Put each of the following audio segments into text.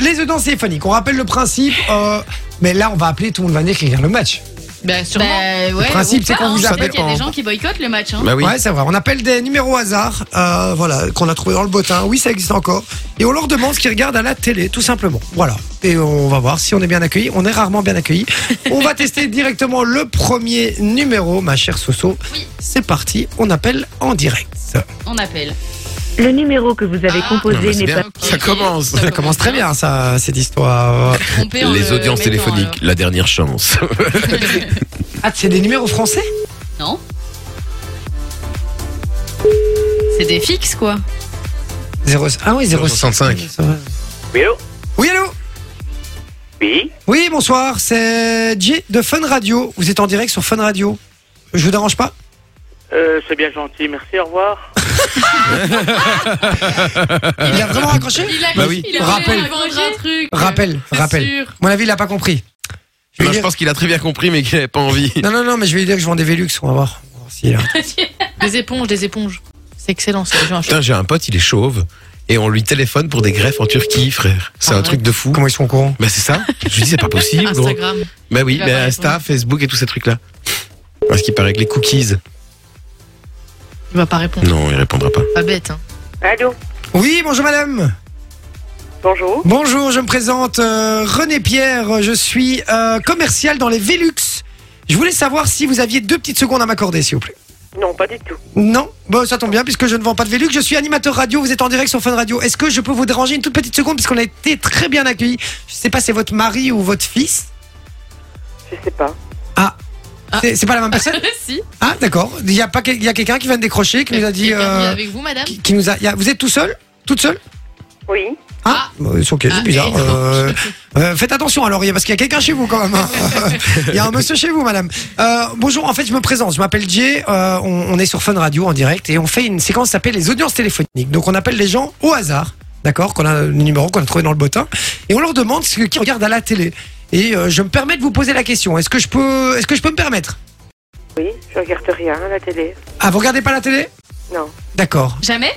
les audiences téléphoniques, on rappelle le principe, euh, mais là on va appeler, tout le monde va venir écrire le match. Bah, Bah, sûrement. ouais, principe, ou c'est pas, qu'on vous hein, appelle peut-être Il y a pas. des gens qui boycottent le match. hein. Bah oui. Ouais, c'est vrai. On appelle des numéros au hasard, euh, voilà, qu'on a trouvé dans le bottin. Oui, ça existe encore. Et on leur demande ce qu'ils regardent à la télé, tout simplement. Voilà. Et on va voir si on est bien accueilli. On est rarement bien accueilli. On va tester directement le premier numéro, ma chère Soso. Oui. C'est parti. On appelle en direct. On appelle. Le numéro que vous avez Ah. Non, bah, composé c'est n'est bien. pas. Ça Ok, commence. Ça commence très bien, ça, cette histoire. Trompé euh, en Les le audiences mettant, téléphoniques, la dernière chance. euh, Ah, c'est des numéros français alors. Non C'est des fixes, quoi. 0... Ah oui, 065. 065. Oui, allô Oui, allô Oui. Oui, bonsoir. C'est Jay de Fun Radio. Vous êtes en direct sur Fun Radio. Je vous dérange pas Euh, c'est bien gentil, merci, au revoir. Il a vraiment raccroché Il a, Euh. Bah oui. il a Rappel. voulu répondre à un truc. euh, Rappel, C'est rappel. À sûr. mon avis, il a pas compris. Je vais Non, Bah, je lui dire- pense qu'il a très bien compris, mais qu'il n'avait pas envie. Non, non, non, mais je vais lui dire que je vends des Velux, on va voir. On va voir s'il a- Des éponges, des éponges. C'est excellent, c'est déjà un Putain, j'ai un pote, il est chauve. Et on lui téléphone pour des greffes en Turquie, frère. C'est Ah un ouais. truc de fou. Comment ils sont au courant Bah c'est ça. Je lui dis, c'est pas possible. gros. Instagram. Bah oui, Il va mais pas Insta, répondre. Facebook et tous ces trucs-là. Parce qu'il paraît que les cookies. Il va pas répondre. Non, il répondra pas. Pas bête. Hein. Allô Oui, bonjour madame. Bonjour. Bonjour, je me présente euh, René Pierre, je suis euh, commercial dans les Velux. Je voulais savoir si vous aviez deux petites secondes à m'accorder, s'il vous plaît. Non, pas du tout. Non Bon, ça tombe bien, puisque je ne vends pas de Velux, je suis animateur radio, vous êtes en direct sur Fun Radio. Est-ce que je peux vous déranger une toute petite seconde, puisqu'on a été très bien accueillis Je sais pas, c'est votre mari ou votre fils Je sais pas. Ah. C'est c'est pas la même personne si. Ah, d'accord. Il y a, pas quel- il y a quelqu'un qui vient de décrocher, qui nous a dit... Quelqu'un qui est euh, avec vous, madame qui, qui nous a. y a- vous êtes tout seul Toute seule Oui. Ah, Bah, c'est ok, Ah, c'est bizarre. merde. Euh, euh, faites attention alors, il y a- parce qu'il y a quelqu'un chez vous quand même. hein. Il y a un monsieur chez vous, madame. Euh, bonjour, en fait, je me présente, je m'appelle Jay, euh, on, on est sur Fun Radio en direct et on fait une séquence qui s'appelle les audiences téléphoniques. Donc on appelle les gens au hasard, d'accord, qu'on a le numéro qu'on a trouvé dans le bottin, et on leur demande ce qu'ils regardent à la télé. Et euh, je me permets de vous poser la question, est-ce que je peux, est-ce que je peux me permettre Oui, je regarde rien à la télé. Ah, vous regardez pas la télé Non. D'accord. Jamais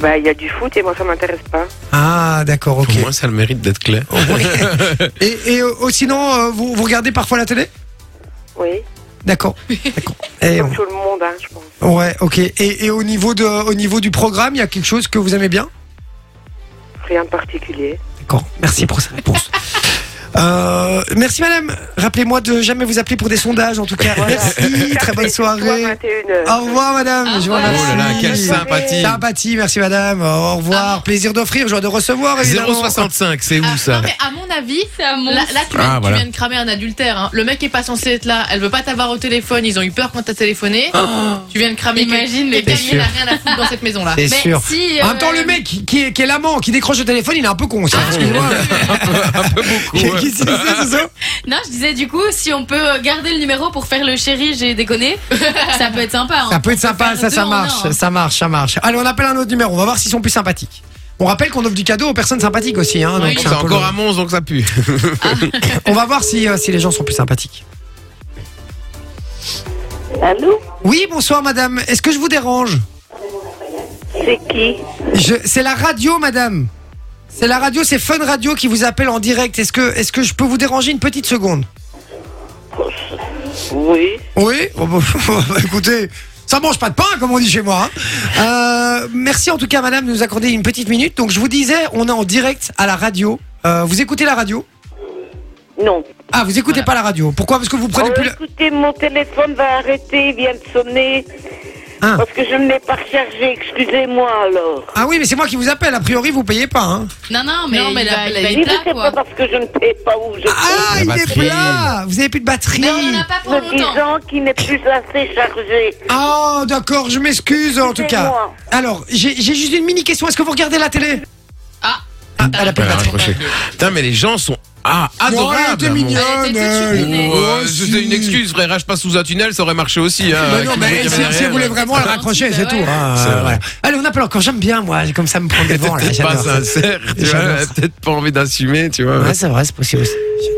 Bah, il y a du foot et moi, ça m'intéresse pas. Ah, d'accord, ok. Oh, Au moins, ça a le mérite d'être clair. Et, et euh, oh, sinon, euh, vous, vous regardez parfois la télé Oui. D'accord. D'accord. Et Comme tout le monde, hein, je pense. on- Ouais, ok. Et, et au, niveau de, au niveau du programme, il y a quelque chose que vous aimez bien Rien de particulier. D'accord. Merci pour cette réponse. Euh, merci madame. Rappelez-moi de jamais vous appeler pour des sondages en tout cas. Merci, très bonne soirée. 21h. Au revoir madame. Au Je vous revoir. Oh remercie. là là, quelle Merci. sympathie. Ah. Sympathie, merci madame. Au revoir. Plaisir d'offrir, joie de recevoir. évidemment. 065, c'est où Ah, ça non, mais à mon avis, C'est à mon. Là, là, tu, viens, Ah, tu voilà. viens de cramer un adultère. hein. Le mec est pas censé être là. Elle veut pas t'avoir au téléphone. Ils ont eu pur quand t'as téléphoné. Tu viens de cramer. Imagine les le gars. C'est Il a Oh. sûr. rien à foutre dans cette maison là. C'est Mais sûr. si, En euh, même temps, le mec qui qui est, qui est l'amant, qui décroche le téléphone, il est un peu con. aussi. Ah, Excuse-moi. Ouais. Qu'est-ce qu'il disait, c'est ça Non, je disais du coup, si on peut garder le numéro pour faire le chéri, j'ai déconné, ça peut être sympa. hein. Ça peut être sympa, faire ça, ça deux en marche, un, hein. ça marche, ça marche. Allez, on appelle un autre numéro, on va voir s'ils sont plus sympathiques. On rappelle qu'on offre du cadeau aux personnes sympathiques aussi, hein, donc Oui. c'est C'est un peu encore le- à Mons, donc ça pue. On va voir si, euh, si les gens sont plus sympathiques. Oh. Allô Oui, bonsoir madame, est-ce que je vous dérange C'est qui je... C'est la radio madame. C'est la radio, c'est Fun Radio qui vous appelle en direct. Est-ce que, est que je peux vous déranger une petite seconde Oui. Oui, Oh, bah, bah, écoutez, ça mange pas de pain, comme on dit chez moi. hein. Euh, merci en tout cas, madame, de nous accorder une petite minute. Donc, je vous disais, on est en direct à la radio. Euh, vous écoutez la radio Non. Ah, vous écoutez pas la radio. Pourquoi Parce que vous prenez Oh, plus le. écoutez, mon téléphone va arrêter, il vient de sonner. Ah. Parce que je ne l'ai pas rechargé, excusez-moi alors. Ah oui, mais c'est moi qui vous appelle. A priori, vous payez pas. Hein. Non, non, mais, Non, mais il, la- va, Ah, il la- va Mais être je sais là, pas quoi. parce que je ne sais pas où je Ah, La il est batterie. plat Vous avez plus de batterie. Mais on en a pas pour Me longtemps. disant qu'il n'est plus assez chargé. Ah, d'accord, je m'excuse en tout cas. Excusez-moi. Alors, j'ai j'ai juste une mini question. Est-ce que vous regardez la télé Ah. Ah, elle a plus de Elle a batterie. raccroché. Putain, mais les gens sont ah, Oh, elle adorables. était à Mons. mignonne, Elle était elle. toute mignonne. Oh, euh, Oh, C'était si. une excuse, frère. Je passe sous un tunnel, ça aurait marché aussi. hein, Mais Bah non, avec mais une si, caméra si derrière. elle voulait vraiment la C'est raccrocher, c'est gentil, tout. bah ouais. hein, C'est euh, vrai. ouais. Allez, on appelle encore. J'aime bien, moi. Comme ça me prend Elle devant. là, était pas j'adore ça. sincère, tu vois. J'adore Elle a ça. peut-être pas envie d'assumer, tu vois. Ouais, c'est vrai, c'est possible aussi.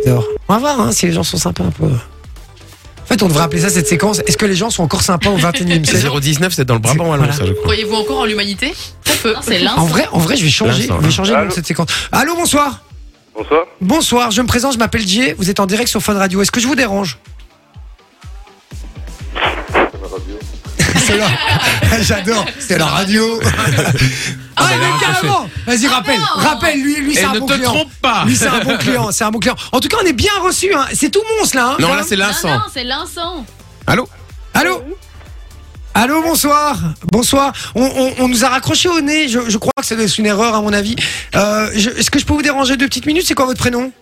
J'adore. On va voir hein, si les gens sont sympas un peu. En fait, on devrait appeler ça cette séquence. Est-ce que les gens sont encore sympas au 21e siècle 019, c'est dans le Brabant wallon, Voilà. ça, je crois. Croyez-vous encore en l'humanité Très peu. Non, c'est l'un. En vrai, en vrai, je vais changer, Vincent, je vais changer le nom de Allô cette séquence. Allô, bonsoir. Bonsoir. Bonsoir, je me présente, je m'appelle Jay, vous êtes en direct sur Fun Radio. Est-ce que je vous dérange C'est la radio. J'adore, c'est la radio. ah, bah, mais il a carrément Vas-y, rappelle, rappelle, lui, lui c'est Et un ne bon te client. trompe pas Lui, c'est un bon client, c'est un bon client. En tout cas, on est bien reçu, hein. c'est tout monstre là. hein. Non, là, c'est Non, Vincent. non, c'est l'encens. Allô Allô Allô, bonsoir. Bonsoir. On, on- on nous a raccroché au nez. Je, je crois que c'est une erreur, à mon avis. Euh, je- Est-ce que je peux vous déranger deux petites minutes C'est quoi votre prénom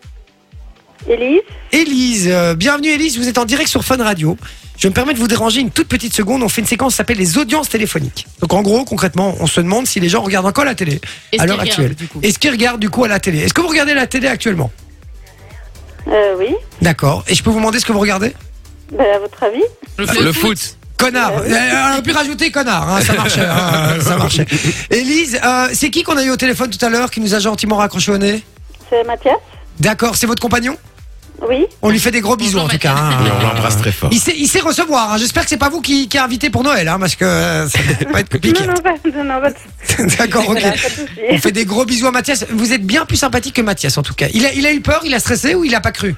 Élise Élise. Euh, bienvenue, Élise. Vous êtes en direct sur Fun Radio. Je me permets de vous déranger une toute petite seconde. On fait une séquence qui s'appelle les audiences téléphoniques. Donc, en gros, concrètement, on se demande si les gens regardent encore la télé Est-ce à qu'ils l'heure regardent, actuelle. du coup Est-ce qu'ils regardent du coup à la télé Est-ce que vous regardez la télé actuellement euh, Oui. D'accord. Et je peux vous demander ce que vous regardez Ben, à votre avis Le foot. Connard. Euh, On a pu rajouter connard. hein, ça marchait. hein, ça marchait. Élise, euh, c'est qui qu'on a eu au téléphone tout à l'heure qui nous a gentiment raccroché au nez C'est Mathias D'accord, c'est votre compagnon Oui. On lui fait des gros bisous Bonjour, en tout cas. hein. Et on l'embrasse très fort. Il sait, il sait recevoir. hein. J'espère que c'est pas vous qui, qui a invité pour Noël, hein, parce que euh, ça va être compliqué. Non, non, pas, non, non, pas de D'accord, ok. voilà, pas de souci. On fait des gros bisous à Mathias. Vous êtes bien plus sympathique que Mathias en tout cas. Il a, il a eu peur, il a stressé ou il a pas cru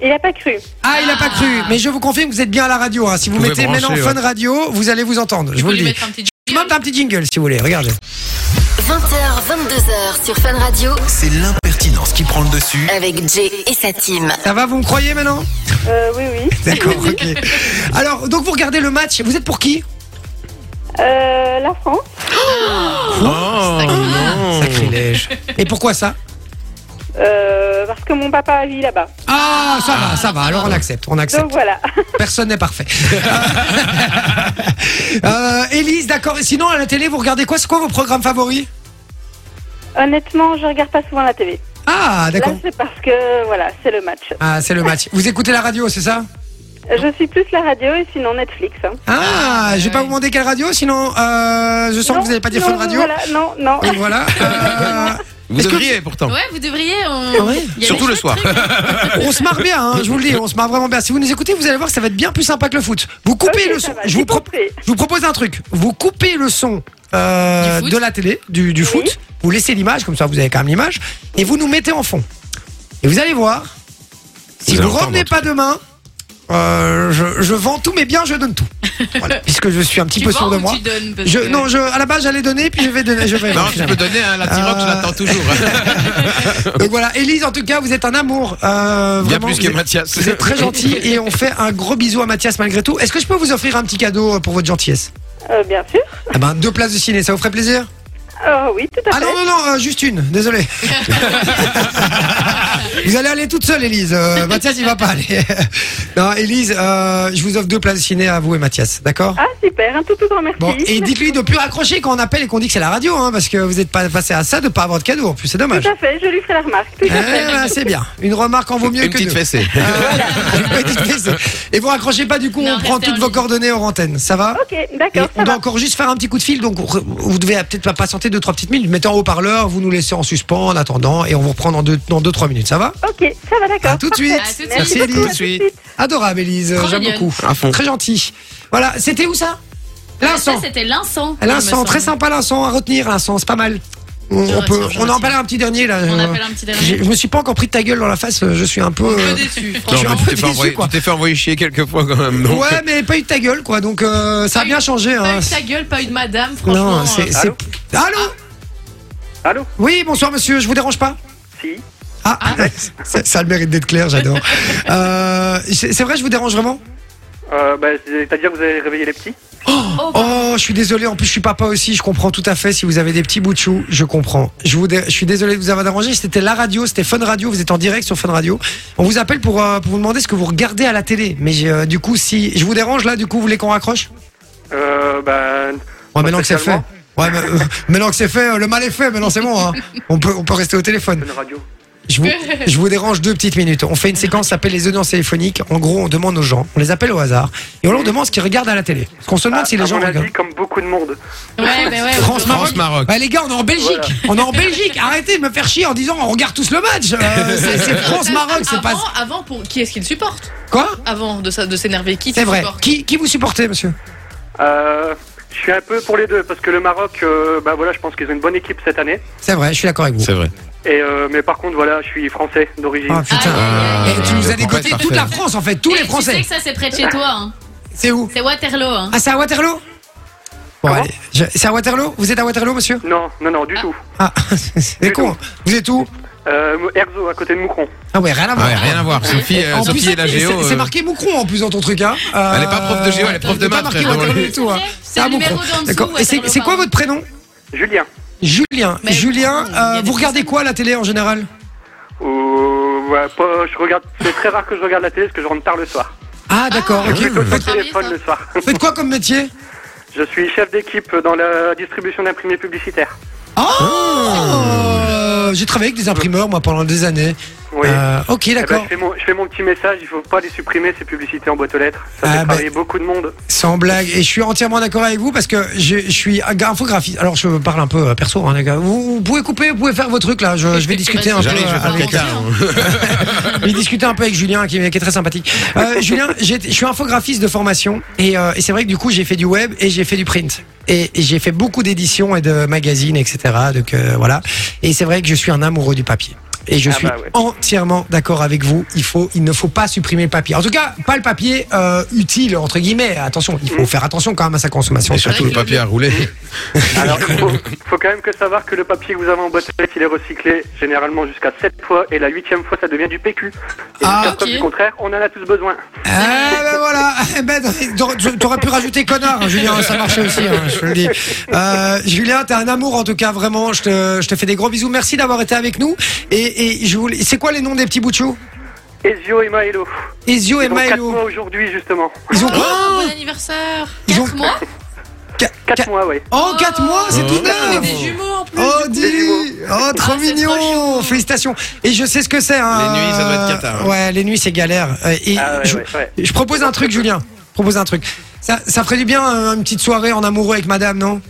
Il a pas cru. Ah, il a pas Ah. cru. Mais je vous confirme, que vous êtes bien à la radio. hein. Si vous, Vous pouvez mettez maintenant brancher, Fun Radio, vous allez vous entendre. Je vous Faut le lui dis. mettre un petit Je monte un petit jingle si vous voulez. Regardez. 20h, 22h sur Fun Radio C'est l'impertinence qui prend le dessus. avec Jay et sa team. Ça va, vous me croyez maintenant Euh, oui, oui. D'accord, ok. Alors, donc vous regardez le match, vous êtes pour qui Euh, la France Oh non Sacrilège. Et pourquoi ça euh, Parce que mon papa vit là-bas. Ah, ça va, ça va, alors on accepte, on accepte. Donc voilà. Personne n'est parfait. Euh, Élise, d'accord, et sinon à la télé, vous regardez quoi C'est quoi vos programmes favoris Honnêtement, je regarde pas souvent la télé. Ah, Là, d'accord. c'est parce que, voilà, c'est le match. Ah, c'est le match. Vous écoutez la radio, c'est ça Je suis plus la radio et sinon Netflix. hein. Ah, je vais Ah, pas oui. vous demander quelle radio, sinon euh, je sens que Non, vous n'allez pas dire non, Fun Radio. Voilà, non, non. Donc voilà. euh, Vous Est-ce que- devriez pourtant. Ouais, vous devriez. on- Ouais. il y a Surtout des le chouettes soir. trucs. On se marre bien, hein, je vous le dis, on se marre vraiment bien. Si vous nous écoutez, vous allez voir que ça va être bien plus sympa que le foot. Vous coupez Ok, le ça son. va, Je j'ai vous, pro- compris. je vous propose un truc. Vous coupez le son euh, Du foot de la télé, du, du Oui. foot. Vous laissez l'image, comme ça vous avez quand même l'image. Et vous nous mettez en fond. Et vous allez voir, si Vous vous allez ne entendre, en revenez tout pas demain, euh, je, je vends tous mes biens, je donne tout. Voilà, puisque je suis un petit Tu peu vends sûr de ou moi. tu donnes parce Je, que- non, je, à la base j'allais donner, puis je vais donner. Je vais Non, non, tu peux donner hein, la tiroque, Euh, je l'attends toujours. Donc voilà, Élise, en tout cas, vous êtes un amour. Euh, Bien vraiment, plus vous que êtes- Mathias. Vous êtes très gentil et on fait un gros bisou à Mathias malgré tout. Est-ce que je peux vous offrir un petit cadeau pour votre gentillesse Euh, bien sûr. Ah ben, deux places de ciné, ça vous ferait plaisir Euh, oui, tout à Ah fait. non, non, non, euh, juste une, désolé. vous allez aller toute seule, Élise. Euh, Mathias, il va pas aller. non, Élise, euh, je vous offre deux places de ciné à vous et Mathias, d'accord Ah, super. Un tout, tout grand merci. Bon, et dites-lui de plus raccrocher quand on appelle et qu'on dit que c'est la radio, hein, parce que vous n'êtes pas passé à ça de pas avoir de cadeau. En plus, c'est dommage. Tout à fait, je lui ferai la remarque. Tout Eh à fait. ben, c'est bien. Une remarque en vaut mieux Une que petite deux. fessée. Une petite fessée. Et vous raccrochez pas du coup, Non, on prend restez en toutes vos ligne. coordonnées hors antenne, ça va Ok, Et d'accord, on ça doit va. encore juste faire un petit coup de fil, donc re- vous devez peut-être pas patienter deux trois petites minutes. Mettez en haut-parleur, vous nous laissez en suspens en attendant, et on vous reprend dans deux dans deux trois minutes. Ça va Ok, ça va, d'accord. À tout de suite. À tout de Merci suite. Elise. Tout de suite. Adorable Élise, Trop j'aime mignonne. beaucoup. À fond. Très gentil. Voilà, c'était où ça Ça, Ah, L'Incent. c'était l'encens. il L'Incent, me très semble. sympa l'Incent à retenir. L'Incent, c'est pas mal. On, Je on retiens, peut, je on en retiens. appelle un petit dernier là. On Euh, appelle un petit dernier. j'ai- Je me suis pas encore pris de ta gueule dans la face. euh, Je suis un peu. Je suis euh, déçu. Je Non, suis mais un tu peu t'es fait déçu, envoyer- quoi. tu t'es fait envoyer chier quelques fois quand même. donc. Ouais, mais pas eu de ta gueule quoi. Donc euh, ça a Pas eu- bien changé. Pas hein. eu de ta gueule, pas eu de madame, franchement. Non, c'est. euh, c'est- Allô Allô Oui, bonsoir monsieur, je vous dérange pas Si. Ah, ça, ça a le mérite d'être clair, j'adore. Euh, c'est c'est vrai, je vous dérange vraiment Euh, bah, C'est-à-dire que vous avez réveillé les petits Oh, je suis désolé, en plus je suis papa aussi, je comprends tout à fait si vous avez des petits bouts de chou, je comprends. Je, vous dé- je suis désolé de vous avoir dérangé, c'était la radio, c'était Fun Radio, vous êtes en direct sur Fun Radio. On vous appelle pour, euh, pour vous demander ce que vous regardez à la télé. Mais j'ai, euh, du coup, si je vous dérange là, du coup, vous voulez qu'on raccroche euh, bah, Ouais, maintenant que c'est fait. Spécialement. Ouais, mais, euh, maintenant que c'est fait, euh, le mal est fait, maintenant c'est bon. hein. On, peut, on peut rester au téléphone. une radio. Je vous, je vous dérange deux petites minutes. On fait une séquence qui s'appelle les audiences téléphoniques. En gros, on demande aux gens, on les appelle au hasard, et on leur demande ce qu'ils regardent à la télé. Parce qu'on se demande Ah, si Ah, à les gens mon avis, regardent. comme beaucoup de monde. Ouais, mais ouais. France-Maroc. France-Maroc. Bah, les gars, on est en Belgique. On est en Belgique. Arrêtez de me faire chier en disant on regarde tous le match. Euh, c'est c'est France-Maroc, c'est pas. Avant, avant pour qui est-ce qu'il supporte Quoi Avant de, ça- de s'énerver, qui C'est qu'il vrai. supporte Qui, qui vous supportez, monsieur Euh, je suis un peu pour les deux parce que le Maroc, euh, bah voilà, je pense qu'ils ont une bonne équipe cette année. C'est vrai, je suis d'accord avec vous. C'est vrai. Et euh, mais par contre, voilà, je suis français d'origine. Ah, putain. Ah, Eh, tu nous as donc, en fait, dégoté toute parfait. la France, en fait, tous Et les Tu sais Français. que ça, c'est près de chez toi. hein. C'est où C'est Waterloo. hein. Ah, c'est à Waterloo Bon, allez, je- c'est à Waterloo Vous êtes à Waterloo, monsieur Non, non, non, du tout. Ah, c'est Du con. Vous êtes où Euh, Erzo, à côté de Moucron. Ah ouais, rien à Ah voir. ouais, rien à voir. Sophie, euh, En plus, Sophie et la c'est- géo. c'est- euh, C'est marqué Moucron en plus dans ton truc, hein. Elle est pas prof de géo, elle est prof de C'est pas maths, marqué frérot. Waterloo et tout, hein. C'est- c'est le à Moucron. numéro d'en dessous, D'accord. Et c'est- Waterloo, c'est quoi pardon. votre prénom Julien. Julien. Mais- Julien, Il y euh, a des vous regardez quoi à la télé en général Euh, ouais, pas- je regarde. C'est très rare que je regarde la télé parce que je rentre tard le soir. Ah, d'accord, ok. Plutôt sur le Faites- Travailler, téléphone ça. le soir. Faites quoi comme métier Je suis chef d'équipe dans la distribution d'imprimés publicitaires. Oh Euh, J'ai travaillé avec des imprimeurs, moi, pendant des années. Oui. Euh, ok, Eh ben, d'accord. je, fais mon, je fais mon petit message, il faut pas les supprimer ces publicités en boîte aux lettres. Ça Ah, fait ben. travailler beaucoup de monde. Sans blague, et je suis entièrement d'accord avec vous parce que je, je suis un gars infographiste. Alors je parle un peu euh, perso, hein, les gars. Vous, vous pouvez couper, vous pouvez faire vos trucs là. Je, je vais discuter un peu J'arrive, je vais euh, faire avec. quelqu'un. caca. Je vais discuter un peu avec Julien qui, qui est très sympathique. Euh, Julien, j'ai- je suis infographiste de formation et, euh, et c'est vrai que du coup j'ai fait du web et j'ai fait du print et, et j'ai fait beaucoup d'éditions et de magazines, etc. Donc euh, voilà. Et c'est vrai que je suis un amoureux du papier. Et je Ah suis bah ouais. entièrement d'accord avec vous. Il faut, il ne faut pas supprimer le papier. En tout cas, pas le papier euh, utile entre guillemets. Attention, il Mm. faut faire attention quand même à sa consommation. hein. Et surtout le papier à rouler. Ah. Alors, il faut, faut quand même que savoir que le papier que vous avez en boîte aux lettres, il est recyclé généralement jusqu'à 7 fois et la huitième fois, ça devient du PQ. Et Ah, jusqu'à preuve ok. du contraire, on en a tous besoin. Ah ben voilà, Eh ben, t'aurais- t'aurais pu rajouter connard, hein, Julien, ça marchait aussi, hein, je te le dis. Euh, Julien, t'es un amour en tout cas, vraiment, je te, je te fais des gros bisous, merci d'avoir été avec nous. Et, et je voulais, c'est quoi les noms des petits bouts de chou Ezio et Maelo. Ezio et Ils ont 4 Maelo. mois aujourd'hui, justement. Ah, Ils ont Oh, quoi bon anniversaire Ils ont Quatre mois Qua- 4 qua- mois, ouais. Oh, 4 mois, c'est tout Ah, neuf Des jumeaux en plus Oh, des dis jumeaux. Oh, trop Ah, c'est mignon trop chou. Félicitations Et je sais ce que c'est, hein. Les nuits, ça doit être cata, hein. Ouais, les nuits, c'est galère. Euh, Et Ah, ouais, je, ouais, ouais. je propose un truc, Julien. Je propose un truc. Ça, ça ferait du bien euh, une petite soirée en amoureux avec madame, non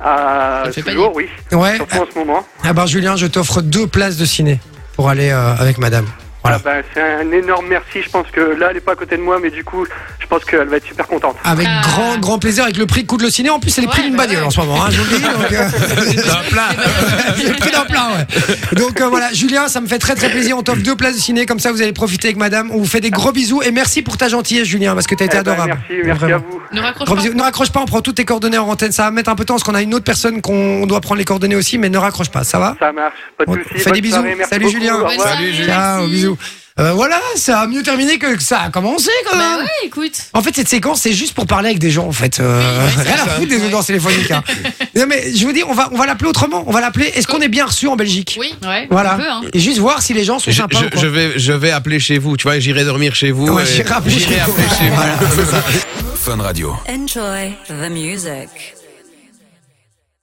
Ah, Ça fait toujours, oui. Ouais. Surtout en ce moment. Ah ben Julien, je t'offre deux places de ciné pour aller euh, avec madame. Voilà. Ah ben, c'est un énorme merci. Je pense que là, elle est pas à côté de moi, mais du coup, je pense qu'elle va être super contente. Avec Ah. grand grand plaisir avec le prix que coûte le ciné. En plus, c'est les prix Ouais, d'une bah bagnole ouais. en ce moment. Hein, je vous le dis, donc, euh, T'as un plat. c'est le prix d'un plein. Ouais. Donc euh, voilà, Julien, ça me fait très très plaisir. On t'offre deux places de ciné comme ça, vous allez profiter avec madame. On vous fait des gros bisous et merci pour ta gentillesse, Julien, parce que t'as été Eh ben, adorable. merci, merci Vraiment. à vous. Ne raccroche Gros pas. bisous. Ne raccroche pas, on prend toutes tes coordonnées en antenne. Ça va mettre un peu de temps parce qu'on a une autre personne qu'on on doit prendre les coordonnées aussi, mais ne raccroche pas, ça va Ça marche, pas de On soucis. fait bonne des bisous. soirée, merci Salut, beaucoup, Julien. au revoir. Salut, Julien. Ciao, bisous. Euh, voilà, ça a mieux terminé que ça a commencé quand même. Ah Bah ouais, écoute. En fait, cette séquence, c'est juste pour parler avec des gens, en fait. Euh, rien à foutre des audiences téléphoniques. hein. non, mais je veux dire, on va, on va l'appeler autrement. On va l'appeler. Est-ce qu'on est bien reçu en Belgique Oui. Ouais, Voilà. on peut, hein. Et juste voir si les gens sont Je, sympas je- ou quoi. je vais, je vais appeler chez vous, tu vois, j'irai dormir chez vous. Ouais, et- j'irai appeler chez j'irai vous. appeler chez vous. Fun Radio. Enjoy the music.